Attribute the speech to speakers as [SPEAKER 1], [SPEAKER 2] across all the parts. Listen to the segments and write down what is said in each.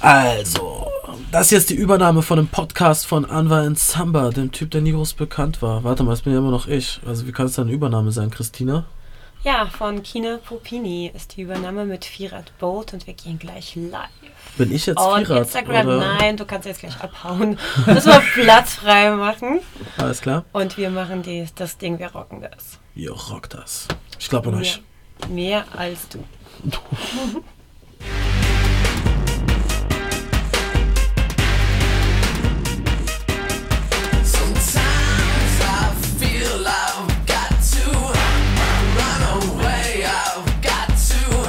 [SPEAKER 1] Also, das ist jetzt die Übernahme von einem Podcast von Anwar Samba, dem Typ, der nie groß bekannt war. Warte mal, das bin ja immer noch ich. Also, wie kann es da eine Übernahme sein, Christina?
[SPEAKER 2] Ja, von Kina Popini ist die Übernahme mit Firat Bolt und wir gehen gleich live.
[SPEAKER 1] Bin ich jetzt
[SPEAKER 2] Und
[SPEAKER 1] Firat?
[SPEAKER 2] Instagram,
[SPEAKER 1] oder?
[SPEAKER 2] nein, du kannst jetzt gleich abhauen. Müssen wir Platz frei machen.
[SPEAKER 1] Alles klar?
[SPEAKER 2] Und wir machen die, das Ding, wir rocken das.
[SPEAKER 1] Ihr rockt das. Ich glaube an euch.
[SPEAKER 2] Mehr, mehr als du.
[SPEAKER 3] Sometimes I feel I've got to run away. I've got to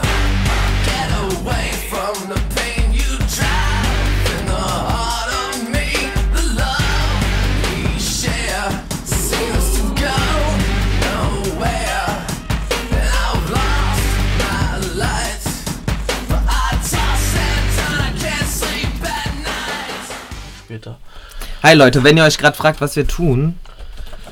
[SPEAKER 3] get away from the pain you drive in the heart of me. The love we share seems to go nowhere. And I've lost my light, but I toss and turn. I can't sleep at night.
[SPEAKER 1] Später.
[SPEAKER 4] Hi Leute, wenn ihr euch gerade fragt, was wir tun,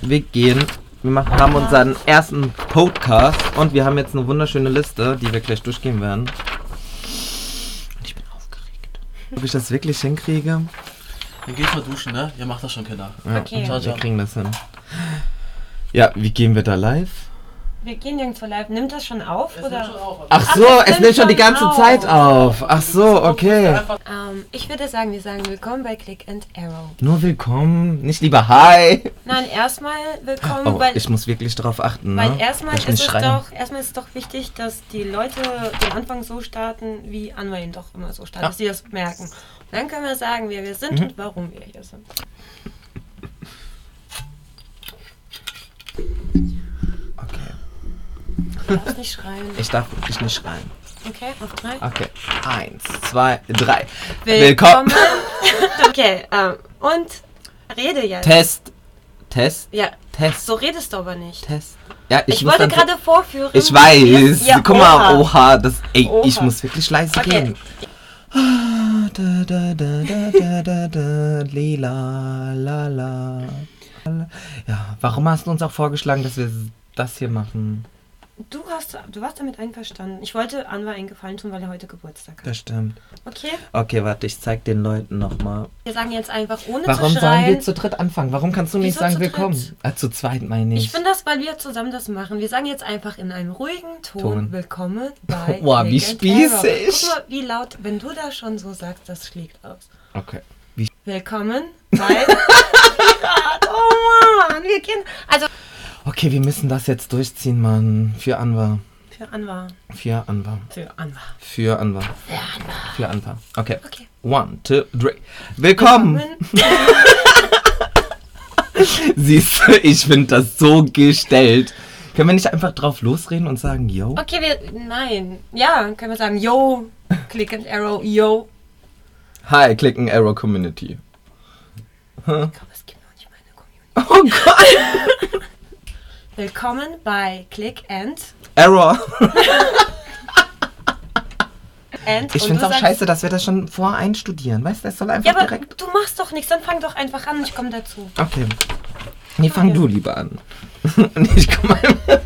[SPEAKER 4] wir gehen, wir machen, haben unseren ersten Podcast und wir haben jetzt eine wunderschöne Liste, die wir gleich durchgehen werden. Und ich bin aufgeregt. Ob ich das wirklich hinkriege?
[SPEAKER 1] Dann geht mal duschen, ne? Ihr macht das schon, Kinder.
[SPEAKER 4] Ja,
[SPEAKER 2] Okay.
[SPEAKER 1] Ciao,
[SPEAKER 4] Wir
[SPEAKER 1] ciao.
[SPEAKER 4] kriegen das hin. Ja, wie gehen wir da live?
[SPEAKER 2] Wir gehen nirgendwo live. Nimmt das schon auf? oder?
[SPEAKER 4] Ach so,
[SPEAKER 2] Ach,
[SPEAKER 4] es nimmt schon die ganze
[SPEAKER 2] auf.
[SPEAKER 4] Zeit auf. Ach so, okay.
[SPEAKER 2] Ähm, ich würde sagen, wir sagen willkommen bei Click and Arrow.
[SPEAKER 4] Nur willkommen, nicht lieber Hi.
[SPEAKER 2] Nein, erstmal willkommen,
[SPEAKER 4] Oh,
[SPEAKER 2] weil,
[SPEAKER 4] ich muss wirklich darauf achten, ne?
[SPEAKER 2] weil erstmal ist
[SPEAKER 4] Dass ich nicht
[SPEAKER 2] es
[SPEAKER 4] schreie.
[SPEAKER 2] doch, erstmal ist es doch wichtig, dass die Leute den Anfang so starten, wie Anwar ihn doch immer so startet, dass sie das merken. Und dann können wir sagen, wer wir
[SPEAKER 4] Mhm.
[SPEAKER 2] sind und warum wir hier sind.
[SPEAKER 4] Okay.
[SPEAKER 2] Du darfst nicht schreien.
[SPEAKER 4] Ich darf wirklich nicht schreien.
[SPEAKER 2] Okay, auf drei.
[SPEAKER 4] Okay. Eins, zwei, drei.
[SPEAKER 2] Willkommen. okay, ähm, und rede jetzt.
[SPEAKER 4] Test. Test.
[SPEAKER 2] Ja,
[SPEAKER 4] Test.
[SPEAKER 2] so redest du aber nicht.
[SPEAKER 4] Test. Ja, ich,
[SPEAKER 2] Ich,
[SPEAKER 4] muss
[SPEAKER 2] wollte
[SPEAKER 4] dann
[SPEAKER 2] gerade vorführen.
[SPEAKER 4] Ich
[SPEAKER 2] wie es-
[SPEAKER 4] weiß.
[SPEAKER 2] Ja,
[SPEAKER 4] Guck mal, oha, das. Ey, ich
[SPEAKER 2] Oha.
[SPEAKER 4] muss wirklich leise
[SPEAKER 2] Okay.
[SPEAKER 4] gehen. Ah, Da, da, da, da, da, da, da, lila, la, la. Ja, warum hast du uns auch vorgeschlagen, dass wir das hier machen?
[SPEAKER 2] Du, hast, du warst damit einverstanden. Ich wollte Anwar einen Gefallen tun, weil er heute Geburtstag hat.
[SPEAKER 4] Das stimmt.
[SPEAKER 2] Okay,
[SPEAKER 4] Okay, warte, ich zeig den Leuten nochmal.
[SPEAKER 2] wir sagen jetzt einfach ohne
[SPEAKER 4] Warum
[SPEAKER 2] zu
[SPEAKER 4] sollen
[SPEAKER 2] schreien.
[SPEAKER 4] wir zu dritt anfangen? Warum kannst du nicht
[SPEAKER 2] Wieso
[SPEAKER 4] sagen,
[SPEAKER 2] zu
[SPEAKER 4] willkommen?
[SPEAKER 2] dritt?
[SPEAKER 4] Ah, zu zweit meine ich.
[SPEAKER 2] ich finde das, weil wir zusammen das machen. Wir sagen jetzt einfach in einem ruhigen Ton,
[SPEAKER 4] Ton.
[SPEAKER 2] Willkommen bei
[SPEAKER 4] Boah, wie
[SPEAKER 2] Nick and Terror.
[SPEAKER 4] spießig.
[SPEAKER 2] Guck mal, wie laut, wenn du das schon so sagst, das schlägt aus.
[SPEAKER 4] okay.
[SPEAKER 2] Willkommen bei... oh Mann, wir gehen... Also,
[SPEAKER 4] Okay, wir müssen das jetzt durchziehen, Mann. Für Anwar.
[SPEAKER 2] für Anwar.
[SPEAKER 4] Für Anwar.
[SPEAKER 2] Für Anwar.
[SPEAKER 4] Für Anwar. Für Anwar. Okay.
[SPEAKER 2] Okay.
[SPEAKER 4] One, two, three. Willkommen. Siehst du, ich finde das so gestellt. Können wir nicht einfach drauf losreden und sagen, yo?
[SPEAKER 2] Okay, wir... Nein. Ja, können wir sagen, yo, Click and Arrow, yo.
[SPEAKER 4] Hi, Clicken Arrow Community.
[SPEAKER 2] Ich glaube, es gibt noch nicht meine Community.
[SPEAKER 4] Oh Gott.
[SPEAKER 2] Willkommen bei Click and...
[SPEAKER 4] Arrow.
[SPEAKER 2] and
[SPEAKER 4] Ich
[SPEAKER 2] und du
[SPEAKER 4] finde es auch
[SPEAKER 2] sagst-
[SPEAKER 4] scheiße, dass wir das schon voreinstudieren. Weißt du, das soll einfach
[SPEAKER 2] Ja, aber
[SPEAKER 4] direkt.
[SPEAKER 2] du machst doch nichts, dann fang doch einfach an und ich komme dazu.
[SPEAKER 4] Okay. Nee, fang du lieber an. Und ich komm mal.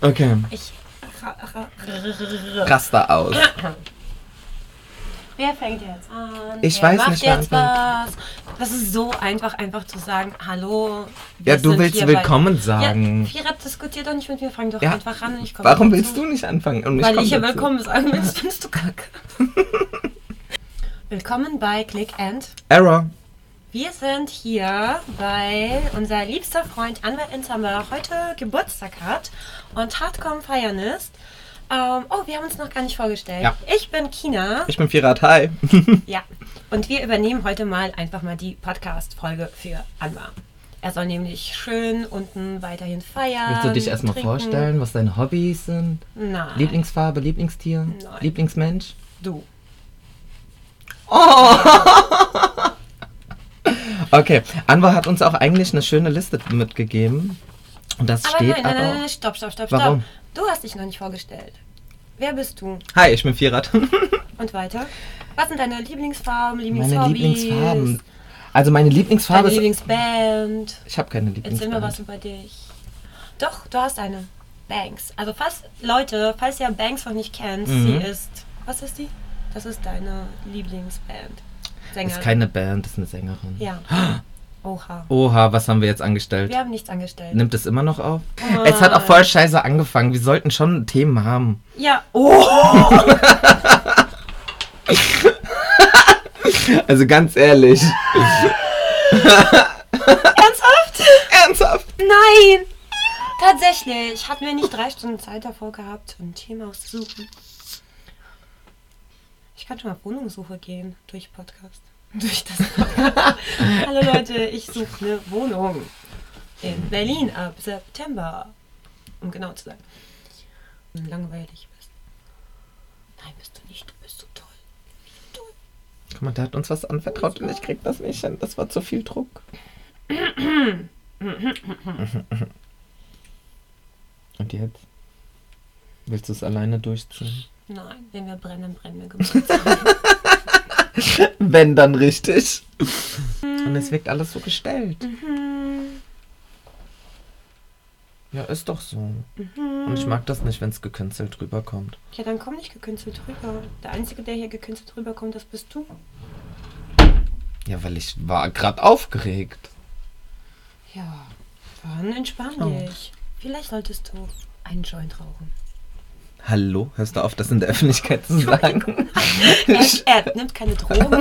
[SPEAKER 4] Okay.
[SPEAKER 2] Ich.
[SPEAKER 4] Raster aus.
[SPEAKER 2] Wer fängt jetzt an?
[SPEAKER 4] Ich
[SPEAKER 2] Wer
[SPEAKER 4] weiß
[SPEAKER 2] macht
[SPEAKER 4] nicht, wer
[SPEAKER 2] jetzt was? Das ist so einfach, einfach zu sagen, hallo. wir
[SPEAKER 4] Ja, du
[SPEAKER 2] sind
[SPEAKER 4] willst
[SPEAKER 2] hier bei-
[SPEAKER 4] willkommen
[SPEAKER 2] Ja,
[SPEAKER 4] sagen.
[SPEAKER 2] Firat, diskutier doch nicht mit mir, fang doch
[SPEAKER 4] Ja.
[SPEAKER 2] einfach an und ich komme
[SPEAKER 4] Warum
[SPEAKER 2] dazu.
[SPEAKER 4] willst du nicht anfangen? Und
[SPEAKER 2] Weil
[SPEAKER 4] komm
[SPEAKER 2] ich hier
[SPEAKER 4] dazu.
[SPEAKER 2] willkommen sagen willst, findest du kacke. willkommen bei Click and.
[SPEAKER 4] Error.
[SPEAKER 2] Wir sind hier, weil unser liebster Freund Anwar Ensammer heute Geburtstag hat und Hardcore am feiern ist. Ähm, oh, wir haben uns noch gar nicht vorgestellt.
[SPEAKER 4] Ja.
[SPEAKER 2] Ich bin Kina.
[SPEAKER 4] Ich bin Pirat. Hi.
[SPEAKER 2] Ja. Und wir übernehmen heute mal einfach mal die Podcast-Folge für Anwar. Er soll nämlich schön unten weiterhin feiern.
[SPEAKER 4] Willst du dich erstmal
[SPEAKER 2] Ähm, trinken.
[SPEAKER 4] vorstellen, was deine Hobbys sind?
[SPEAKER 2] Nein.
[SPEAKER 4] Lieblingsfarbe, Lieblingstier, Lieblingsmensch?
[SPEAKER 2] Du.
[SPEAKER 4] Okay. Anwar hat uns auch eigentlich eine schöne Liste mitgegeben. Und das
[SPEAKER 2] Aber
[SPEAKER 4] steht
[SPEAKER 2] nein, nein,
[SPEAKER 4] aber.
[SPEAKER 2] nein, nein, stopp, stopp, stopp,
[SPEAKER 4] Warum?
[SPEAKER 2] stopp. Du hast dich noch nicht vorgestellt. Wer bist du?
[SPEAKER 4] Hi, ich bin Pirat.
[SPEAKER 2] Und weiter. Was sind deine Lieblingsfarben,
[SPEAKER 4] Meine
[SPEAKER 2] Lieblingshobbys?
[SPEAKER 4] Lieblingsfarben. Also meine Lieblingsfarbe
[SPEAKER 2] Deine
[SPEAKER 4] ist.
[SPEAKER 2] Lieblingsband.
[SPEAKER 4] ich habe keine
[SPEAKER 2] Erzähl mir
[SPEAKER 4] Lieblingsfarbe.
[SPEAKER 2] was über dich. Doch, du hast eine. Banks. Also falls, Leute, falls ihr Banks noch nicht kennt, sie ist. Was ist die? Das ist deine Lieblingsband.
[SPEAKER 4] Ist Oh,
[SPEAKER 2] Sängerin.
[SPEAKER 4] keine Band, ist eine Sängerin.
[SPEAKER 2] Ja. Oha.
[SPEAKER 4] Oha, was haben wir jetzt angestellt?
[SPEAKER 2] Wir haben nichts angestellt.
[SPEAKER 4] Nimmt es immer noch auf? Es hat auch voll scheiße angefangen. Wir sollten schon Themen haben.
[SPEAKER 2] Ja. Oh!
[SPEAKER 4] Also ganz ehrlich.
[SPEAKER 2] Ernsthaft?
[SPEAKER 4] Ernsthaft?
[SPEAKER 2] Nein! Tatsächlich. Hatten wir nicht drei Stunden Zeit davor gehabt, ein Thema auszusuchen? Ich könnte mal auf Wohnungssuche gehen durch Podcast. Durch das Podcast. Hallo Leute, ich suche eine Wohnung in Berlin ab September. Um genau zu sein. Wenn du Langweilig bist. Nein, bist du nicht. Du bist so toll.
[SPEAKER 4] Guck mal, der hat uns was anvertraut und ich krieg das nicht hin. Das war zu viel Druck. und jetzt? Willst du es alleine durchziehen?
[SPEAKER 2] Nein, wenn wir brennen, brennen wir gemeinsam.
[SPEAKER 4] Wenn, dann richtig. Und es wirkt alles so gestellt. Mhm. Ja, ist doch so. Und ich mag das nicht, wenn es gekünstelt rüberkommt.
[SPEAKER 2] Ja, dann komm nicht gekünstelt rüber. Der Einzige, der hier gekünstelt rüberkommt, das bist du.
[SPEAKER 4] Ja, weil ich war gerade aufgeregt.
[SPEAKER 2] Ja, dann entspann
[SPEAKER 4] Oh.
[SPEAKER 2] dich. Vielleicht solltest du einen Joint rauchen.
[SPEAKER 4] Hallo, hörst du auf, das in der Öffentlichkeit zu sagen?
[SPEAKER 2] Er, er nimmt keine Drogen.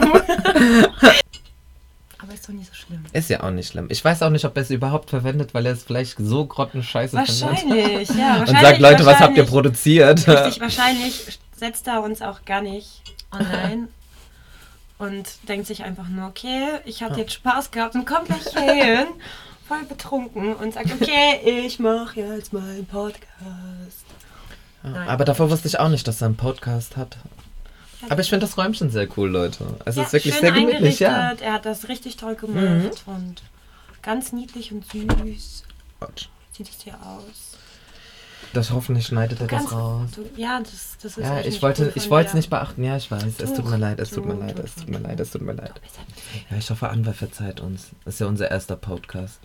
[SPEAKER 2] Aber ist doch nicht so schlimm.
[SPEAKER 4] Ist ja auch nicht schlimm. Ich weiß auch nicht, ob er es überhaupt verwendet, weil er es vielleicht so grottenscheiße findet.
[SPEAKER 2] Wahrscheinlich, ja. Wahrscheinlich,
[SPEAKER 4] Und sagt, Leute, was habt ihr
[SPEAKER 2] wahrscheinlich.
[SPEAKER 4] produziert?
[SPEAKER 2] Richtig, wahrscheinlich setzt er uns auch gar nicht online und denkt sich einfach nur, okay, ich hatte jetzt Spaß gehabt und kommt gleich hierhin, voll betrunken und sagt, okay, ich mache jetzt meinen Podcast. Nein.
[SPEAKER 4] Aber davor wusste ich auch nicht, dass er einen Podcast hat. Aber ich finde das Räumchen sehr cool, Leute. Es ist wirklich
[SPEAKER 2] schön
[SPEAKER 4] sehr gemütlich, ja. Mhm.
[SPEAKER 2] eingerichtet. Er hat das richtig toll gemacht und ganz niedlich und süß
[SPEAKER 4] Autsch.
[SPEAKER 2] sieht es hier aus.
[SPEAKER 4] Das hoffentlich schneidet er
[SPEAKER 2] Ganz,
[SPEAKER 4] das raus.
[SPEAKER 2] Du, ja, das, das ist
[SPEAKER 4] Ja,
[SPEAKER 2] echt
[SPEAKER 4] ich
[SPEAKER 2] nicht
[SPEAKER 4] wollte
[SPEAKER 2] cool
[SPEAKER 4] ich
[SPEAKER 2] von
[SPEAKER 4] wollte es
[SPEAKER 2] dir.
[SPEAKER 4] nicht beachten. Ja, ich weiß. Es tut mir leid, es tut mir
[SPEAKER 2] Tut,
[SPEAKER 4] leid,
[SPEAKER 2] tut,
[SPEAKER 4] es
[SPEAKER 2] tut,
[SPEAKER 4] tut mir
[SPEAKER 2] tut.
[SPEAKER 4] leid, es tut mir
[SPEAKER 2] Du
[SPEAKER 4] leid.
[SPEAKER 2] bist ein
[SPEAKER 4] Ja, ich hoffe, Anwar verzeiht uns. Ist ja unser erster Podcast.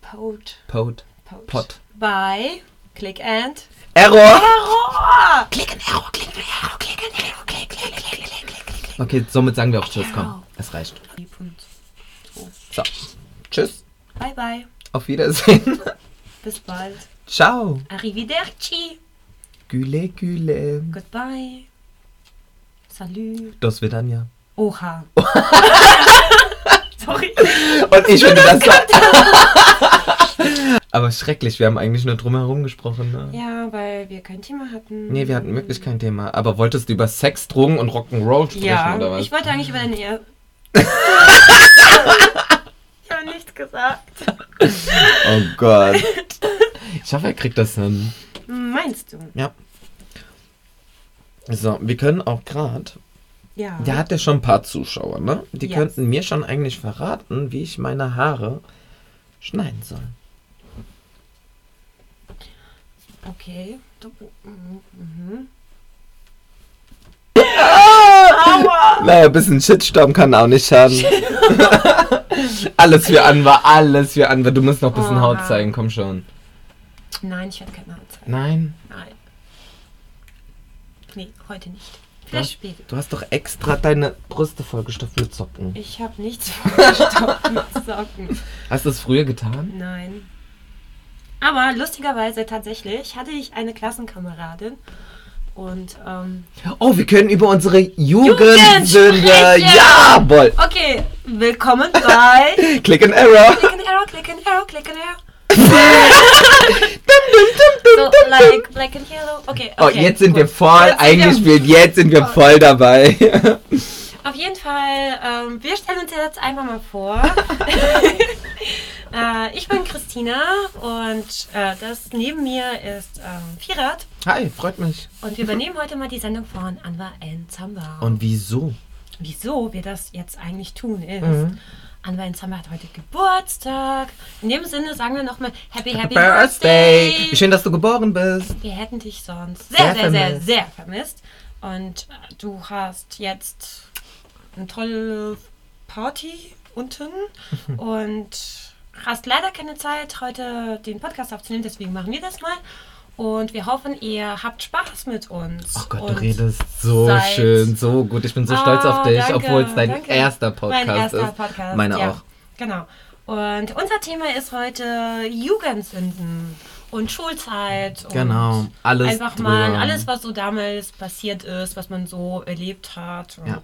[SPEAKER 2] Poet.
[SPEAKER 4] Pod.
[SPEAKER 2] Poet.
[SPEAKER 4] Pot.
[SPEAKER 2] Bei Click and
[SPEAKER 4] Error!
[SPEAKER 2] Error! Click and Error, Click and Error, Click and Error, Click, Click, Click, Click, Click, Click, Click.
[SPEAKER 4] Okay, somit sagen wir auch Tschüss,
[SPEAKER 2] Error.
[SPEAKER 4] komm. Es reicht.
[SPEAKER 2] Lieb und so.
[SPEAKER 4] So. Tschüss.
[SPEAKER 2] Bye, bye.
[SPEAKER 4] Auf Wiedersehen.
[SPEAKER 2] Bis bald.
[SPEAKER 4] Ciao.
[SPEAKER 2] Arrivederci.
[SPEAKER 4] Güle, güle.
[SPEAKER 2] Goodbye. Salut.
[SPEAKER 4] Das wird dann ja.
[SPEAKER 2] Oha. Sorry.
[SPEAKER 4] Und ich finde das. Aber schrecklich, wir haben eigentlich nur drumherum gesprochen, ne?
[SPEAKER 2] Ja, weil wir kein Thema hatten.
[SPEAKER 4] Nee, wir hatten wirklich kein Thema. Aber wolltest du über Sex, Drogen und Rock'n'Roll sprechen,
[SPEAKER 2] Ja,
[SPEAKER 4] oder was?
[SPEAKER 2] ich wollte eigentlich über deine Ehe. ich habe nichts gesagt.
[SPEAKER 4] Oh Gott. Ich hoffe, er kriegt das hin.
[SPEAKER 2] Meinst du?
[SPEAKER 4] So, wir können auch gerade.
[SPEAKER 2] Ja.
[SPEAKER 4] Der hat ja schon ein paar Zuschauer, ne? Die
[SPEAKER 2] Ja.
[SPEAKER 4] könnten mir schon eigentlich verraten, wie ich meine Haare schneiden soll.
[SPEAKER 2] Okay. Du, mhm.
[SPEAKER 4] Naja, ein bisschen Shitstorm kann auch nicht schaden. alles für Anwar, alles für Anwar. Du musst noch ein bisschen
[SPEAKER 2] Oha.
[SPEAKER 4] Haut zeigen, komm schon.
[SPEAKER 2] Nein, ich werde keine Haut zeigen.
[SPEAKER 4] Nein,
[SPEAKER 2] Nein. Nee, heute nicht. Vielleicht
[SPEAKER 4] Was?
[SPEAKER 2] später.
[SPEAKER 4] du hast doch extra deine Brüste vollgestopft mit Socken.
[SPEAKER 2] Ich habe nichts vorgestopft mit Socken.
[SPEAKER 4] Hast du es früher getan?
[SPEAKER 2] Nein. Aber lustigerweise tatsächlich hatte ich eine Klassenkameradin und ähm,
[SPEAKER 4] Oh, wir können über unsere Jugendsünde.
[SPEAKER 2] sprechen!
[SPEAKER 4] Ja, wohl.
[SPEAKER 2] okay, willkommen bei
[SPEAKER 4] Click and Error.
[SPEAKER 2] Click and Arrow, Click and Arrow, Click and Arrow. so like black and yellow. Okay, okay.
[SPEAKER 4] Oh, jetzt sind
[SPEAKER 2] gut.
[SPEAKER 4] wir voll
[SPEAKER 2] Jetzt sind wir-
[SPEAKER 4] eingespielt. Jetzt sind wir voll dabei.
[SPEAKER 2] Auf jeden Fall, ähm, wir stellen uns jetzt einfach mal vor. äh, ich bin Christina und äh, das neben mir ist ähm, Firat
[SPEAKER 4] Hi, freut mich.
[SPEAKER 2] und wir übernehmen heute mal die Sendung von Anwar N. Zamba.
[SPEAKER 4] Und wieso?
[SPEAKER 2] wieso wir das jetzt eigentlich tun ist.
[SPEAKER 4] Mhm.
[SPEAKER 2] Anwar N. Zamba hat heute Geburtstag. In dem Sinne sagen wir nochmal Happy Happy,
[SPEAKER 4] Birthday.
[SPEAKER 2] Birthday.
[SPEAKER 4] Wie schön, dass du geboren bist.
[SPEAKER 2] Wir hätten dich sonst sehr,
[SPEAKER 4] Sehr
[SPEAKER 2] sehr, sehr, sehr,
[SPEAKER 4] vermisst.
[SPEAKER 2] vermisst. Und äh, du hast jetzt eine tolle Party unten und hast leider keine Zeit, heute den Podcast aufzunehmen. Deswegen machen wir das mal. Und wir hoffen, ihr habt Spaß mit uns.
[SPEAKER 4] Oh Gott,
[SPEAKER 2] und
[SPEAKER 4] du redest so
[SPEAKER 2] seid-
[SPEAKER 4] schön, so gut. Ich bin so
[SPEAKER 2] Ah,
[SPEAKER 4] stolz auf dich,
[SPEAKER 2] danke,
[SPEAKER 4] obwohl es dein
[SPEAKER 2] danke.
[SPEAKER 4] erster Podcast
[SPEAKER 2] mein erster
[SPEAKER 4] ist.
[SPEAKER 2] Podcast.
[SPEAKER 4] Meiner
[SPEAKER 2] ja,
[SPEAKER 4] auch.
[SPEAKER 2] Genau. Und unser Thema ist heute Jugendsünden und Schulzeit. Und
[SPEAKER 4] Genau, alles
[SPEAKER 2] Einfach mal
[SPEAKER 4] drüber.
[SPEAKER 2] alles, was so damals passiert ist, was man so erlebt hat und
[SPEAKER 4] Ja.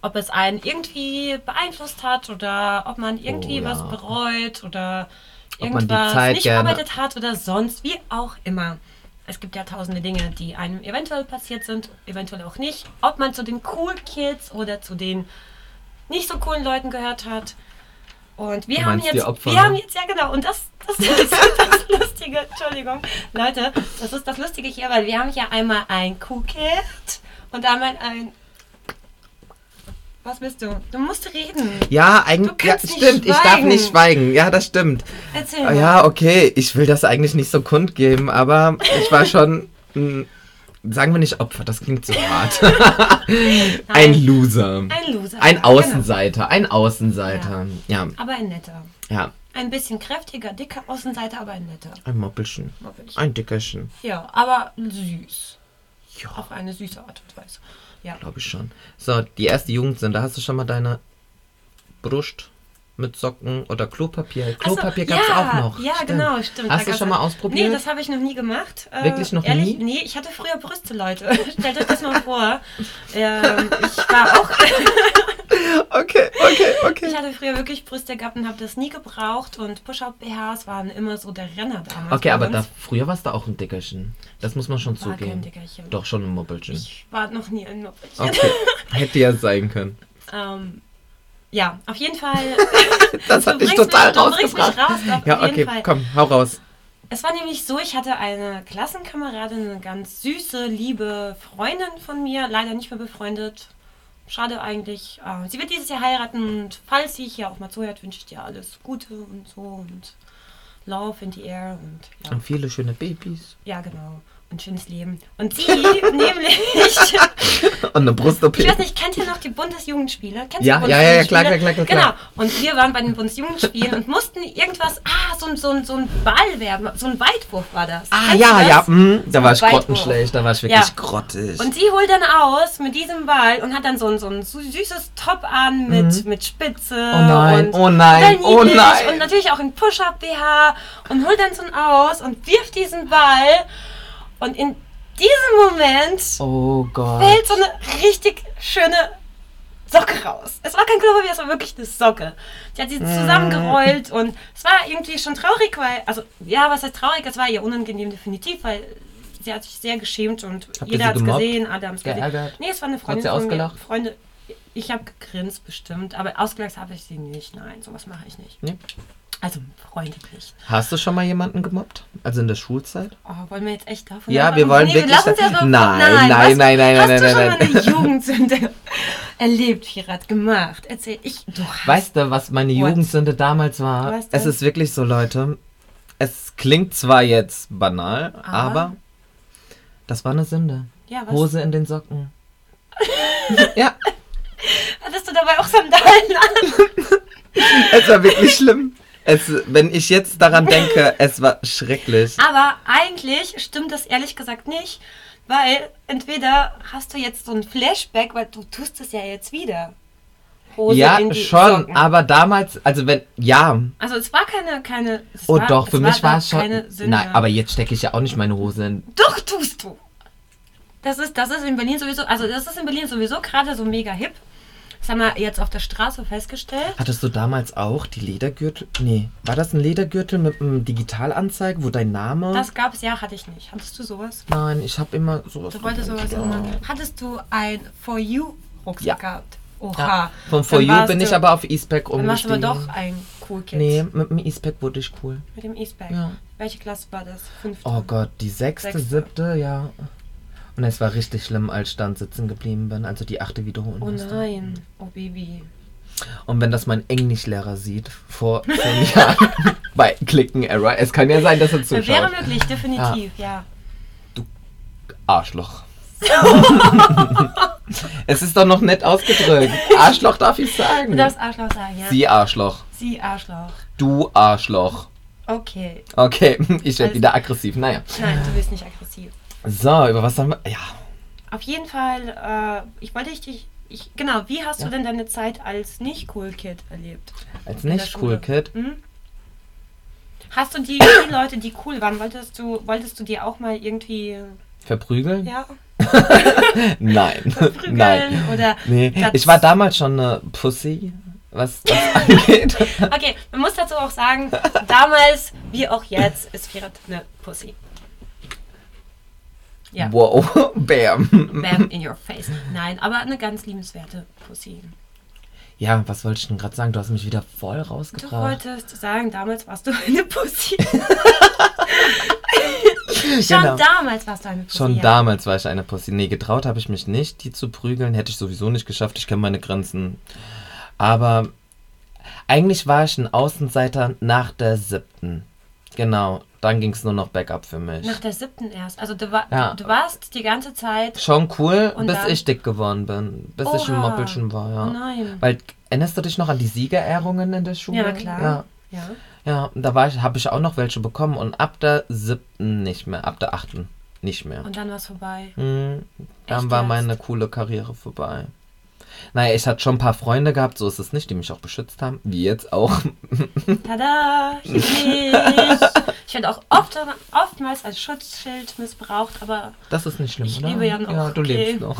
[SPEAKER 2] ob es einen irgendwie beeinflusst hat oder ob man irgendwie
[SPEAKER 4] Oh,
[SPEAKER 2] was
[SPEAKER 4] ja.
[SPEAKER 2] bereut oder
[SPEAKER 4] Ob man die
[SPEAKER 2] irgendwas
[SPEAKER 4] Zeit
[SPEAKER 2] nicht
[SPEAKER 4] gerne-
[SPEAKER 2] verarbeitet hat oder sonst, wie auch immer. Es gibt ja tausende Dinge, die einem eventuell passiert sind, eventuell auch nicht. Ob man zu den cool Kids oder zu den nicht so coolen Leuten gehört hat. Und wir
[SPEAKER 4] Du
[SPEAKER 2] haben
[SPEAKER 4] meinst die
[SPEAKER 2] jetzt,
[SPEAKER 4] Opfer,
[SPEAKER 2] wir haben
[SPEAKER 4] ne?
[SPEAKER 2] jetzt, ja genau, und das, das ist das Lustige, Entschuldigung, Leute, das ist das Lustige hier, weil wir haben hier einmal ein Cookit und einmal ein, was bist du? Du musst reden,
[SPEAKER 4] Ja, eigentlich.
[SPEAKER 2] Du
[SPEAKER 4] Ja,
[SPEAKER 2] kannst nicht
[SPEAKER 4] stimmt, ich darf
[SPEAKER 2] schweigen.
[SPEAKER 4] nicht schweigen. Ja, das stimmt.
[SPEAKER 2] erzähl
[SPEAKER 4] Ah,
[SPEAKER 2] mal.
[SPEAKER 4] Ja, okay, ich will das eigentlich nicht so kundgeben, aber ich war schon. Mh, sagen wir nicht Opfer, das klingt so hart. ein
[SPEAKER 2] Nein,
[SPEAKER 4] Loser.
[SPEAKER 2] ein Loser.
[SPEAKER 4] Ein
[SPEAKER 2] genau.
[SPEAKER 4] Außenseiter, ein Außenseiter. Ja,
[SPEAKER 2] Aber ein netter.
[SPEAKER 4] ja.
[SPEAKER 2] Ein bisschen kräftiger, dicker Außenseiter, aber ein netter.
[SPEAKER 4] Ein Moppelchen.
[SPEAKER 2] Moppelchen.
[SPEAKER 4] Ein Dickerchen.
[SPEAKER 2] Ja, aber süß.
[SPEAKER 4] Ja.
[SPEAKER 2] Auf eine süße Art und Weise. Ja.
[SPEAKER 4] Glaube ich schon. So, die erste Jugendsünde. Hast du schon mal deine Brust mit Socken oder Klopapier? Klopapier
[SPEAKER 2] Ach so,
[SPEAKER 4] gab es
[SPEAKER 2] Also, ja,
[SPEAKER 4] auch noch.
[SPEAKER 2] Ja, genau, stimmt. Da
[SPEAKER 4] Hast du
[SPEAKER 2] gab's
[SPEAKER 4] schon mal
[SPEAKER 2] halt-
[SPEAKER 4] ausprobiert?
[SPEAKER 2] Nee, das habe ich noch nie gemacht. Äh,
[SPEAKER 4] Wirklich noch
[SPEAKER 2] ehrlich,
[SPEAKER 4] nie?
[SPEAKER 2] Nee, ich hatte früher Brüste, Leute. Stellt euch das mal vor. ähm, ich war auch,
[SPEAKER 4] okay, okay, okay.
[SPEAKER 2] ich hatte früher wirklich Brüste gehabt und habe das nie gebraucht und Push-Up-BHs waren immer so der Renner damals.
[SPEAKER 4] Okay,
[SPEAKER 2] bei
[SPEAKER 4] aber
[SPEAKER 2] uns.
[SPEAKER 4] da, früher war es da auch ein Dickerchen. Das muss man schon
[SPEAKER 2] War kein
[SPEAKER 4] zugeben.
[SPEAKER 2] Dickerchen.
[SPEAKER 4] Doch, schon ein Moppelchen.
[SPEAKER 2] Ich war noch nie ein Nuppelchen.
[SPEAKER 4] Okay. Hätte ja sein können.
[SPEAKER 2] Ähm, ja, auf jeden Fall.
[SPEAKER 4] Das
[SPEAKER 2] Du
[SPEAKER 4] hat dich
[SPEAKER 2] bringst
[SPEAKER 4] total
[SPEAKER 2] mich- du bringst mich
[SPEAKER 4] rausgebracht.
[SPEAKER 2] raus, doch, auf
[SPEAKER 4] ja,
[SPEAKER 2] jeden
[SPEAKER 4] okay,
[SPEAKER 2] Fall.
[SPEAKER 4] komm, hau raus.
[SPEAKER 2] Es war nämlich so, ich hatte eine Klassenkameradin, eine ganz süße, liebe Freundin von mir, leider nicht mehr befreundet. Schade eigentlich. Äh, Sie wird dieses Jahr heiraten und falls sie hier auch mal zuhört, wünsche ich dir alles Gute und so und Love in the Air und ja.
[SPEAKER 4] Und viele schöne Babys.
[SPEAKER 2] ja genau. Und schönes Leben. Und sie nämlich, ich
[SPEAKER 4] Und eine Brust-OP.
[SPEAKER 2] weiß nicht, kennt ihr noch die Bundesjugendspiele? Kennst
[SPEAKER 4] Ja,
[SPEAKER 2] du die
[SPEAKER 4] ja, ja, ja, klar,
[SPEAKER 2] Bundesjugendspiele?
[SPEAKER 4] klar, klar, klar,
[SPEAKER 2] Genau. Und wir waren bei den Bundesjugendspielen und mussten irgendwas, ah, so, ein- so, ein- so ein Ball werfen, so ein Weitwurf war das.
[SPEAKER 4] Ah,
[SPEAKER 2] Kennst
[SPEAKER 4] ja,
[SPEAKER 2] du das?
[SPEAKER 4] ja, mh, da war ich
[SPEAKER 2] Weitwurf.
[SPEAKER 4] grottenschlecht, da war ich wirklich
[SPEAKER 2] Ja.
[SPEAKER 4] grottig.
[SPEAKER 2] Und sie holt dann aus mit diesem Ball und hat dann so ein, so ein sü- süßes Top an mit, mit Spitze.
[SPEAKER 4] Oh nein,
[SPEAKER 2] und
[SPEAKER 4] oh
[SPEAKER 2] total
[SPEAKER 4] nein, oh
[SPEAKER 2] niedlich
[SPEAKER 4] nein.
[SPEAKER 2] Und natürlich auch ein Push-Up-BH und holt dann so einen aus und wirft diesen Ball. Und in diesem Moment
[SPEAKER 4] oh Gott.
[SPEAKER 2] fällt so eine richtig schöne Socke raus. Es war kein Klopapier, es war wirklich eine Socke. Die
[SPEAKER 4] Mhm.
[SPEAKER 2] hat sie zusammengerollt und es war irgendwie schon traurig, weil, also ja, was heißt traurig? Es war ihr unangenehm definitiv, weil sie hat sich sehr geschämt und
[SPEAKER 4] Habt ihr
[SPEAKER 2] jeder
[SPEAKER 4] sie
[SPEAKER 2] hat es
[SPEAKER 4] gemobbt?
[SPEAKER 2] gesehen, Adam hat gesehen.
[SPEAKER 4] Geärgert?
[SPEAKER 2] Nee, es war eine
[SPEAKER 4] Hat
[SPEAKER 2] Freundin
[SPEAKER 4] sie
[SPEAKER 2] von mir.
[SPEAKER 4] ausgelacht?
[SPEAKER 2] Freunde, ich habe gegrinst bestimmt, aber ausgelacht habe ich sie nicht. Nein, sowas mache ich nicht.
[SPEAKER 4] Nee.
[SPEAKER 2] Also Freunde nicht.
[SPEAKER 4] Hast du schon mal jemanden gemobbt? Also in der Schulzeit?
[SPEAKER 2] Oh, wollen wir jetzt echt davon
[SPEAKER 4] Ja,
[SPEAKER 2] anfangen?
[SPEAKER 4] wir wollen wirklich
[SPEAKER 2] lass uns
[SPEAKER 4] da-
[SPEAKER 2] erstmal-
[SPEAKER 4] Nein, nein,
[SPEAKER 2] was-
[SPEAKER 4] nein, nein,
[SPEAKER 2] Hast
[SPEAKER 4] nein,
[SPEAKER 2] du schon
[SPEAKER 4] nein, nein.
[SPEAKER 2] mal eine Jugendsünde erlebt, Firat, gemacht? Erzähl ich. Du hast
[SPEAKER 4] Weißt du, was meine
[SPEAKER 2] What?
[SPEAKER 4] Jugendsünde damals war?
[SPEAKER 2] Was denn?
[SPEAKER 4] es ist wirklich so, Leute. Es klingt zwar jetzt banal,
[SPEAKER 2] Aber?
[SPEAKER 4] aber das war eine Sünde.
[SPEAKER 2] Ja, was?
[SPEAKER 4] Hose in den Socken. ja,
[SPEAKER 2] Hattest du dabei auch Sandalen an?
[SPEAKER 4] es war wirklich schlimm. Es, wenn ich jetzt daran denke, es war schrecklich.
[SPEAKER 2] Aber eigentlich stimmt das ehrlich gesagt nicht, weil entweder hast du jetzt so ein Flashback, weil du tust es ja jetzt wieder. Hose
[SPEAKER 4] ja,
[SPEAKER 2] in die
[SPEAKER 4] schon,
[SPEAKER 2] Socken.
[SPEAKER 4] aber damals, also wenn, ja,
[SPEAKER 2] Also es war keine, keine. Es
[SPEAKER 4] oh
[SPEAKER 2] war,
[SPEAKER 4] doch,
[SPEAKER 2] es
[SPEAKER 4] für mich
[SPEAKER 2] da
[SPEAKER 4] war es schon.
[SPEAKER 2] Keine Sünde.
[SPEAKER 4] Nein, aber jetzt stecke ich ja auch nicht meine Hose in.
[SPEAKER 2] Doch tust du. Das ist, das ist in Berlin sowieso, also das ist in Berlin sowieso gerade so mega hip. Das haben wir jetzt auf der Straße festgestellt.
[SPEAKER 4] Hattest du damals auch die Ledergürtel? Nee, war das ein Ledergürtel mit einem Digitalanzeigen, wo dein Name?
[SPEAKER 2] Das gab es ja, hatte ich nicht. Hattest du sowas?
[SPEAKER 4] Nein, ich habe immer sowas.
[SPEAKER 2] Du wolltest
[SPEAKER 4] gedacht,
[SPEAKER 2] sowas
[SPEAKER 4] ja. genau.
[SPEAKER 2] immer. Hattest du ein For You Rucksack
[SPEAKER 4] Ja.
[SPEAKER 2] gehabt?
[SPEAKER 4] Ja.
[SPEAKER 2] Oha.
[SPEAKER 4] Von For
[SPEAKER 2] Dann
[SPEAKER 4] You
[SPEAKER 2] warst
[SPEAKER 4] bin
[SPEAKER 2] du-
[SPEAKER 4] ich aber auf E-Spec
[SPEAKER 2] Dann warst du aber doch
[SPEAKER 4] umgestiegen.
[SPEAKER 2] ein cool Kid.
[SPEAKER 4] Nee, mit dem E-Spec wurde ich cool.
[SPEAKER 2] Mit dem E-Spec.
[SPEAKER 4] Ja.
[SPEAKER 2] Welche Klasse war das? Fünfte.
[SPEAKER 4] Oh Gott, die sechste,
[SPEAKER 2] Sechste.
[SPEAKER 4] siebte, ja. Und es war richtig schlimm, als ich dann sitzen geblieben bin, also die achte wiederholen
[SPEAKER 2] Oh
[SPEAKER 4] musste.
[SPEAKER 2] nein. Oh Baby.
[SPEAKER 4] Und wenn das mein Englischlehrer sieht, vor zehn Jahren, bei Klicken Error, es kann ja sein, dass er zuschaut.
[SPEAKER 2] Wäre möglich, definitiv, ja.
[SPEAKER 4] Arschloch. es ist doch noch nett ausgedrückt. Arschloch darf ich
[SPEAKER 2] Du
[SPEAKER 4] sagen.
[SPEAKER 2] darfst Arschloch sagen, ja.
[SPEAKER 4] Sie Arschloch.
[SPEAKER 2] Sie Arschloch.
[SPEAKER 4] Du Arschloch.
[SPEAKER 2] Okay.
[SPEAKER 4] Okay, ich werde
[SPEAKER 2] Alles-
[SPEAKER 4] wieder aggressiv. Naja.
[SPEAKER 2] Nein, du bist nicht aggressiv.
[SPEAKER 4] So, über was haben wir. Ja.
[SPEAKER 2] Auf jeden Fall, äh, ich wollte dich- dich. Ich, genau, wie hast
[SPEAKER 4] Ja.
[SPEAKER 2] du denn deine Zeit als nicht cool Kid erlebt?
[SPEAKER 4] Als
[SPEAKER 2] In der
[SPEAKER 4] nicht cool
[SPEAKER 2] Schule.
[SPEAKER 4] Kid.
[SPEAKER 2] Hm? Hast du die, die Leute, die cool waren, wolltest du, wolltest du die auch mal irgendwie,
[SPEAKER 4] Verprügeln?
[SPEAKER 2] ja,
[SPEAKER 4] Nein.
[SPEAKER 2] prügeln
[SPEAKER 4] Nein.
[SPEAKER 2] oder
[SPEAKER 4] Nee.
[SPEAKER 2] Das-
[SPEAKER 4] Ich war damals schon eine Pussy, was das angeht.
[SPEAKER 2] Okay, man muss dazu auch sagen, damals wie auch jetzt ist Firat eine Pussy. Ja,
[SPEAKER 4] Wow. Bam.
[SPEAKER 2] bam in your face. Nein, aber eine ganz liebenswerte Pussy.
[SPEAKER 4] Ja, was wollte ich denn gerade sagen? Du hast mich wieder voll
[SPEAKER 2] Du
[SPEAKER 4] rausgebracht.
[SPEAKER 2] wolltest sagen, damals warst du eine Pussy. Schon
[SPEAKER 4] Genau.
[SPEAKER 2] damals warst du eine Pussy.
[SPEAKER 4] Schon
[SPEAKER 2] ja.
[SPEAKER 4] damals war ich eine Pussy. Nee, getraut habe ich mich nicht, die zu prügeln. Hätte ich sowieso nicht geschafft. Ich kenne meine Grenzen. Aber eigentlich war ich ein Außenseiter nach der siebten. Genau. Dann ging es nur noch Backup für mich.
[SPEAKER 2] Nach der siebten erst. Also du, war,
[SPEAKER 4] Ja.
[SPEAKER 2] du warst die ganze Zeit.
[SPEAKER 4] Schon cool,
[SPEAKER 2] Und
[SPEAKER 4] bis
[SPEAKER 2] dann-
[SPEAKER 4] ich dick geworden bin. Bis ich ein
[SPEAKER 2] Oha.
[SPEAKER 4] Moppelchen war, ja.
[SPEAKER 2] Oh nein.
[SPEAKER 4] Weil, erinnerst du dich noch an die Siegerehrungen in der Schule?
[SPEAKER 2] Ja, klar.
[SPEAKER 4] Ja,
[SPEAKER 2] Ja.
[SPEAKER 4] ja und da war ich, habe ich auch noch welche bekommen und ab der siebten nicht mehr, ab der achten nicht mehr.
[SPEAKER 2] Und dann war es vorbei.
[SPEAKER 4] Hm,
[SPEAKER 2] Echt
[SPEAKER 4] dann war
[SPEAKER 2] jetzt?
[SPEAKER 4] meine coole Karriere vorbei. Naja, ich hatte schon ein paar Freunde gehabt, so ist es nicht, die mich auch beschützt haben. Wie jetzt auch.
[SPEAKER 2] Tada, hier bin ich. Ich werde auch oft, oftmals als Schutzschild missbraucht, aber
[SPEAKER 4] Das ist nicht schlimm,
[SPEAKER 2] Ich
[SPEAKER 4] oder?
[SPEAKER 2] lebe ja noch,
[SPEAKER 4] Ja, du
[SPEAKER 2] okay.
[SPEAKER 4] lebst noch.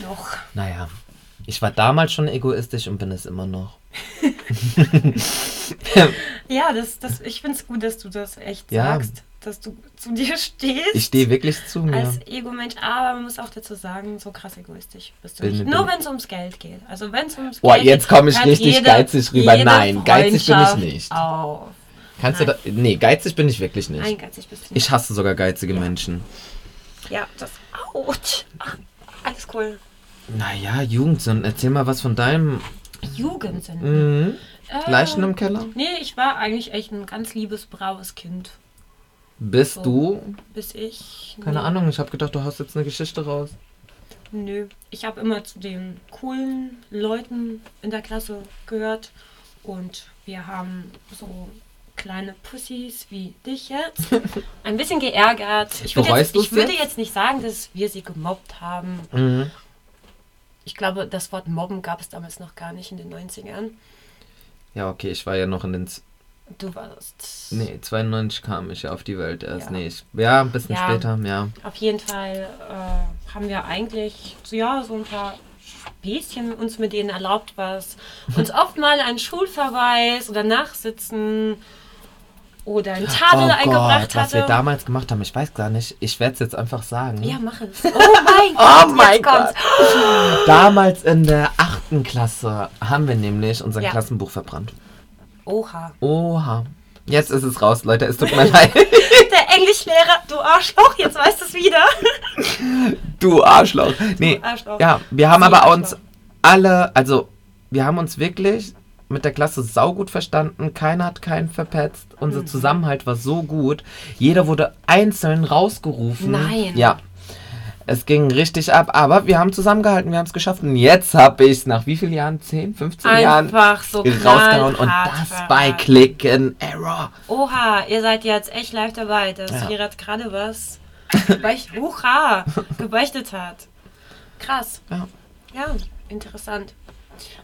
[SPEAKER 2] noch.
[SPEAKER 4] Naja, ich war damals schon egoistisch und bin es immer noch.
[SPEAKER 2] Ja, das, das, ich finde es gut, dass du das echt
[SPEAKER 4] Ja.
[SPEAKER 2] sagst, dass du zu dir stehst.
[SPEAKER 4] Ich stehe wirklich zu mir.
[SPEAKER 2] als Ego-Mensch, aber man muss auch dazu sagen, so krass egoistisch bist du
[SPEAKER 4] Bin-
[SPEAKER 2] nicht.
[SPEAKER 4] bin-
[SPEAKER 2] Nur wenn es ums Geld geht. Also wenn es ums
[SPEAKER 4] Boah,
[SPEAKER 2] Geld
[SPEAKER 4] jetzt komm ich
[SPEAKER 2] hört
[SPEAKER 4] richtig
[SPEAKER 2] jede-
[SPEAKER 4] geizig rüber.
[SPEAKER 2] jede
[SPEAKER 4] Nein, geizig bin ich
[SPEAKER 2] Freundschaft
[SPEAKER 4] nicht.
[SPEAKER 2] Auf.
[SPEAKER 4] Kannst du da, nee, geizig bin ich wirklich nicht.
[SPEAKER 2] Nein, geizig bist du nicht.
[SPEAKER 4] Ich hasse sogar geizige Menschen.
[SPEAKER 2] ja, das. Autsch. Ach, alles cool.
[SPEAKER 4] Naja, Jugendsinn, erzähl mal was von deinem
[SPEAKER 2] Jugend sind.
[SPEAKER 4] mhm.
[SPEAKER 2] Äh,
[SPEAKER 4] Leichen im Keller.
[SPEAKER 2] Nee, ich war eigentlich echt ein ganz liebes, braves Kind.
[SPEAKER 4] Bist
[SPEAKER 2] So.
[SPEAKER 4] du?
[SPEAKER 2] Bis ich.
[SPEAKER 4] Keine
[SPEAKER 2] nee,
[SPEAKER 4] Ahnung, ich habe gedacht, du hast jetzt eine Geschichte raus.
[SPEAKER 2] Nö, ich habe immer zu den coolen Leuten in der Klasse gehört und wir haben so kleine Pussys wie dich jetzt ein bisschen geärgert. Ich, würde
[SPEAKER 4] Bereust
[SPEAKER 2] jetzt, ich
[SPEAKER 4] du's
[SPEAKER 2] würde
[SPEAKER 4] jetzt?
[SPEAKER 2] jetzt nicht sagen, dass wir sie gemobbt haben.
[SPEAKER 4] Mhm.
[SPEAKER 2] Ich glaube, das Wort mobben gab es damals noch gar nicht in den 90ern.
[SPEAKER 4] Ja, okay, ich war ja noch in den... Z
[SPEAKER 2] Du warst
[SPEAKER 4] nee, 92 kam ich ja auf die Welt erst.
[SPEAKER 2] Ja.
[SPEAKER 4] Nee, ich, ja, ein bisschen
[SPEAKER 2] Ja.
[SPEAKER 4] später, ja.
[SPEAKER 2] Auf jeden Fall äh, haben wir eigentlich so, ja, so ein paar Späßchen uns mit denen erlaubt, was uns oft mal ein Schulverweis oder Nachsitzen oder ein Tadel eingebracht
[SPEAKER 4] Oh was wir
[SPEAKER 2] hatte.
[SPEAKER 4] damals gemacht haben, ich weiß gar nicht. Ich werde es jetzt einfach sagen.
[SPEAKER 2] Ja, mach es. Oh mein Gott,
[SPEAKER 4] Oh mein
[SPEAKER 2] jetzt kommt's.
[SPEAKER 4] Damals in der achten Klasse haben wir nämlich unser
[SPEAKER 2] Ja.
[SPEAKER 4] Klassenbuch verbrannt.
[SPEAKER 2] Oha.
[SPEAKER 4] Oha. Jetzt ist es raus, Leute. Es tut mir leid.
[SPEAKER 2] Der Englischlehrer, du Arschloch, jetzt weißt du es wieder.
[SPEAKER 4] Du Arschloch. Nee.
[SPEAKER 2] Arschloch.
[SPEAKER 4] Ja, wir haben
[SPEAKER 2] Sie
[SPEAKER 4] aber
[SPEAKER 2] Arschloch.
[SPEAKER 4] uns alle, also wir haben uns wirklich mit der Klasse saugut verstanden. Keiner hat keinen verpetzt. Unser
[SPEAKER 2] Mhm.
[SPEAKER 4] Zusammenhalt war so gut. Jeder wurde einzeln rausgerufen.
[SPEAKER 2] Nein.
[SPEAKER 4] Ja. Es ging richtig ab, aber wir haben zusammengehalten, wir haben es geschafft. Und jetzt habe ich es nach wie vielen Jahren? 10, 15 Jahren
[SPEAKER 2] Einfach so
[SPEAKER 4] rausgehauen. Und
[SPEAKER 2] knallhart
[SPEAKER 4] das
[SPEAKER 2] verraten.
[SPEAKER 4] bei Click and Error.
[SPEAKER 2] Oha, ihr seid jetzt echt live dabei, dass
[SPEAKER 4] Ja.
[SPEAKER 2] Gerard gerade was gebeicht, Oha, gebeichtet hat. Krass.
[SPEAKER 4] Ja.
[SPEAKER 2] Ja, interessant.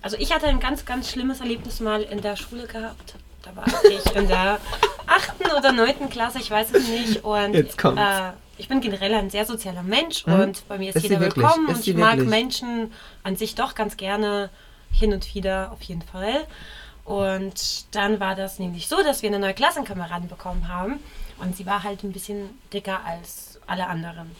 [SPEAKER 2] Also ich hatte ein ganz, ganz schlimmes Erlebnis mal in der Schule gehabt. Da war ich in der achten oder neunten Klasse, ich weiß es nicht. Und
[SPEAKER 4] Jetzt kommt's.
[SPEAKER 2] Äh, ich bin generell ein sehr sozialer Mensch
[SPEAKER 4] Mhm.
[SPEAKER 2] und bei mir ist,
[SPEAKER 4] Ist sie
[SPEAKER 2] jeder
[SPEAKER 4] wirklich?
[SPEAKER 2] willkommen
[SPEAKER 4] Ist
[SPEAKER 2] und
[SPEAKER 4] sie
[SPEAKER 2] ich mag
[SPEAKER 4] wirklich?
[SPEAKER 2] Menschen an sich doch ganz gerne hin und wieder auf jeden Fall. Und dann war das nämlich so, dass wir eine neue Klassenkameradin bekommen haben und sie war halt ein bisschen dicker als alle anderen.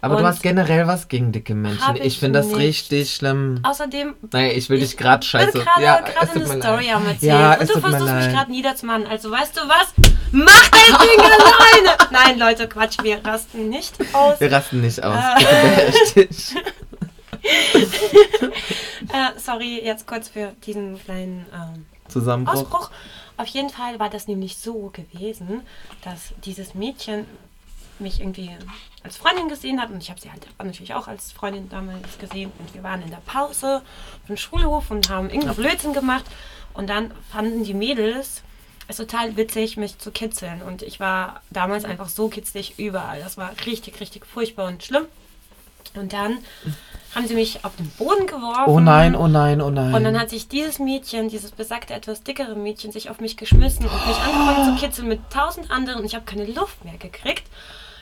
[SPEAKER 4] Aber
[SPEAKER 2] Und-
[SPEAKER 4] du hast generell was gegen dicke Menschen.
[SPEAKER 2] Hab
[SPEAKER 4] Ich,
[SPEAKER 2] ich
[SPEAKER 4] finde das
[SPEAKER 2] nicht.
[SPEAKER 4] richtig schlimm.
[SPEAKER 2] Außerdem
[SPEAKER 4] Naja, ich will
[SPEAKER 2] Ich
[SPEAKER 4] dich gerade scheiße.
[SPEAKER 2] bin gerade
[SPEAKER 4] ja, es
[SPEAKER 2] gerade
[SPEAKER 4] tut
[SPEAKER 2] eine
[SPEAKER 4] mir
[SPEAKER 2] Story
[SPEAKER 4] leid.
[SPEAKER 2] am Erzählen
[SPEAKER 4] Ja, es
[SPEAKER 2] und du
[SPEAKER 4] tut mir
[SPEAKER 2] versuchst mich
[SPEAKER 4] leid.
[SPEAKER 2] gerade niederzumachen. Also weißt du was? Mach dein Ding alleine! Nein, Leute, Quatsch, wir rasten nicht aus.
[SPEAKER 4] Wir rasten nicht aus.
[SPEAKER 2] Ah.
[SPEAKER 4] Bitte beherrsch dich.
[SPEAKER 2] Äh, sorry, jetzt kurz für diesen kleinen ähm,
[SPEAKER 4] Zusammenbruch.
[SPEAKER 2] Ausbruch. Auf jeden Fall war das nämlich so gewesen, dass dieses Mädchen mich irgendwie als Freundin gesehen hat und ich habe sie halt natürlich auch als Freundin damals gesehen und wir waren in der Pause vom Schulhof und haben irgendeinen Blödsinn gemacht und dann fanden die Mädels ist total witzig, mich zu kitzeln. Und ich war damals einfach so kitzlig überall. Das war richtig, richtig furchtbar und schlimm. Und dann haben sie mich auf den Boden geworfen.
[SPEAKER 4] Oh nein, oh nein, oh nein.
[SPEAKER 2] Und dann hat sich dieses Mädchen, dieses besagte, etwas dickere Mädchen, sich auf mich geschmissen und mich angefangen zu kitzeln mit tausend anderen. Und ich habe keine Luft mehr gekriegt.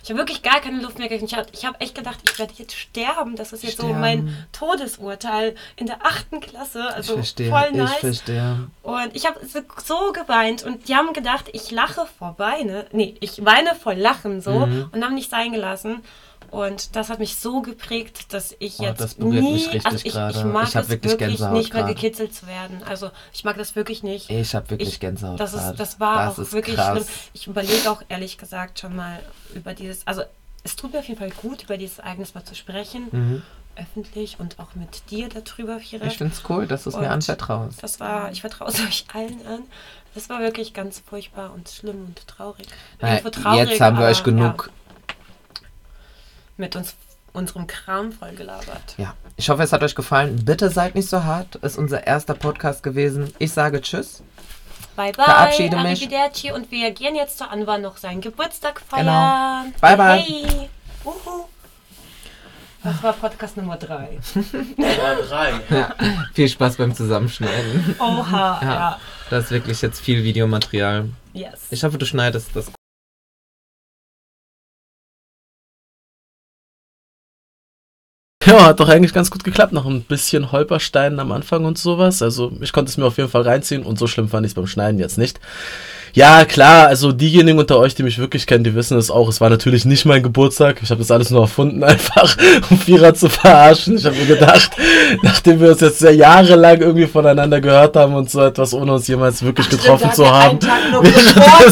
[SPEAKER 2] Ich habe wirklich gar keine Luft mehr gekriegt. Ich habe ich hab echt gedacht, ich werde jetzt sterben. Das ist jetzt so
[SPEAKER 4] Sterben.
[SPEAKER 2] mein Todesurteil in der achten Klasse.
[SPEAKER 4] ich
[SPEAKER 2] Also
[SPEAKER 4] verstehe,
[SPEAKER 2] voll
[SPEAKER 4] ich
[SPEAKER 2] nice.
[SPEAKER 4] verstehe.
[SPEAKER 2] Und ich habe so- so geweint und die haben gedacht, ich lache vor Weine. Nee, ich weine vor Lachen so
[SPEAKER 4] Mhm.
[SPEAKER 2] und haben nicht sein gelassen. Und das hat mich so geprägt, dass ich
[SPEAKER 4] Oh,
[SPEAKER 2] jetzt
[SPEAKER 4] das berührt
[SPEAKER 2] nie,
[SPEAKER 4] mich richtig
[SPEAKER 2] also ich, ich
[SPEAKER 4] gerade.
[SPEAKER 2] mag
[SPEAKER 4] Ich hab
[SPEAKER 2] es
[SPEAKER 4] wirklich
[SPEAKER 2] wirklich,
[SPEAKER 4] Gänsehaut
[SPEAKER 2] nicht mehr
[SPEAKER 4] gerade.
[SPEAKER 2] gekitzelt zu werden. Also ich mag das wirklich nicht.
[SPEAKER 4] Ich habe wirklich
[SPEAKER 2] Ich-
[SPEAKER 4] Gänsehaut.
[SPEAKER 2] Das, ist,
[SPEAKER 4] gerade.
[SPEAKER 2] das war
[SPEAKER 4] Das
[SPEAKER 2] auch
[SPEAKER 4] ist
[SPEAKER 2] wirklich
[SPEAKER 4] krass.
[SPEAKER 2] schlimm. Ich überlege auch ehrlich gesagt schon mal über dieses, also es tut mir auf jeden Fall gut, über dieses Ereignis mal zu sprechen,
[SPEAKER 4] Mhm.
[SPEAKER 2] öffentlich und auch mit dir darüber, Fira.
[SPEAKER 4] Ich find's cool, dass du es
[SPEAKER 2] Und-
[SPEAKER 4] mir anvertraust.
[SPEAKER 2] Das war, ich vertraue es euch allen an. Das war wirklich ganz furchtbar und schlimm und traurig.
[SPEAKER 4] Na,
[SPEAKER 2] Irgendwo traurig,
[SPEAKER 4] Äh, jetzt haben wir
[SPEAKER 2] aber,
[SPEAKER 4] euch genug.
[SPEAKER 2] Ja, mit uns, unserem Kram vollgelabert.
[SPEAKER 4] Ja. Ich hoffe, es hat euch gefallen. Bitte seid nicht so hart. Ist unser erster Podcast gewesen. Ich sage Tschüss.
[SPEAKER 2] Bye bye,
[SPEAKER 4] Verabschiede mich.
[SPEAKER 2] arrivederci und wir gehen jetzt zu Anwar noch seinen Geburtstag feiern.
[SPEAKER 4] Genau. Bye, bye.
[SPEAKER 2] Hey. Uhu. Das war Podcast Nummer 3.
[SPEAKER 4] Viel Spaß beim Zusammenschneiden.
[SPEAKER 2] Oha, ja.
[SPEAKER 4] Ja. Das ist wirklich jetzt viel Videomaterial.
[SPEAKER 2] Yes.
[SPEAKER 4] Ich hoffe, du schneidest das
[SPEAKER 1] Ja, hat doch eigentlich ganz gut geklappt. Noch ein bisschen Holpersteinen am Anfang und sowas. Also ich konnte es mir auf jeden Fall reinziehen und so schlimm fand ich es beim Schneiden jetzt nicht. Ja, klar, also diejenigen unter euch, die mich wirklich kennen, die wissen es auch. Es war natürlich nicht mein Geburtstag. Ich habe das alles nur erfunden, einfach um Vierer zu verarschen. Ich habe mir gedacht, nachdem wir uns jetzt sehr jahrelang irgendwie voneinander gehört haben und so etwas, ohne uns jemals wirklich getroffen zu haben, wäre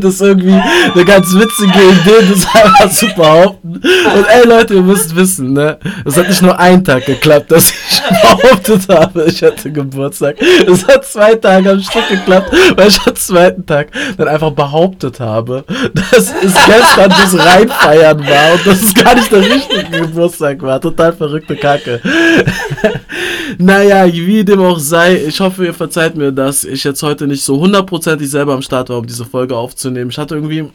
[SPEAKER 1] das irgendwie eine ganz witzige Idee, das einfach zu behaupten. Und ey Leute, ihr müsst wissen, ne? Es hat nicht nur einen Tag geklappt, dass ich behauptet habe, ich hatte Geburtstag. Es hat zwei Tage am Stück geklappt, weil ich am zweiten Tag dann einfach behauptet habe, dass es gestern das Reinfeiern war und dass es gar nicht der richtige Geburtstag war. Total verrückte Kacke. Naja, wie dem auch sei, ich hoffe, ihr verzeiht mir, dass ich jetzt heute nicht so hundertprozentig selber am Start war, um diese Folge aufzunehmen. Ich hatte irgendwie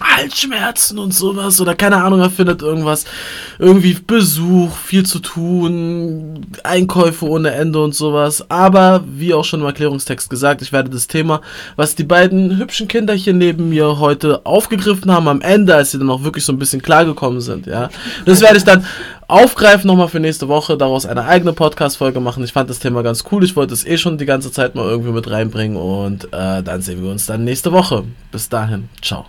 [SPEAKER 1] Halsschmerzen und sowas oder keine Ahnung, er findet irgendwas. Irgendwie Besuch, viel zu tun, Einkäufe ohne Ende und sowas. Aber wie auch schon im Erklärungstext gesagt, ich werde das Thema, was die beiden hübschen Kinder hier neben mir heute aufgegriffen haben, am Ende, als sie dann auch wirklich so ein bisschen klargekommen sind, ja. Das werde ich dann aufgreifen nochmal für nächste Woche, daraus eine eigene Podcast-Folge machen. Ich fand das Thema ganz cool. Ich wollte es eh schon die ganze Zeit mal irgendwie mit reinbringen und äh, dann sehen wir uns dann nächste Woche. Bis dahin, ciao.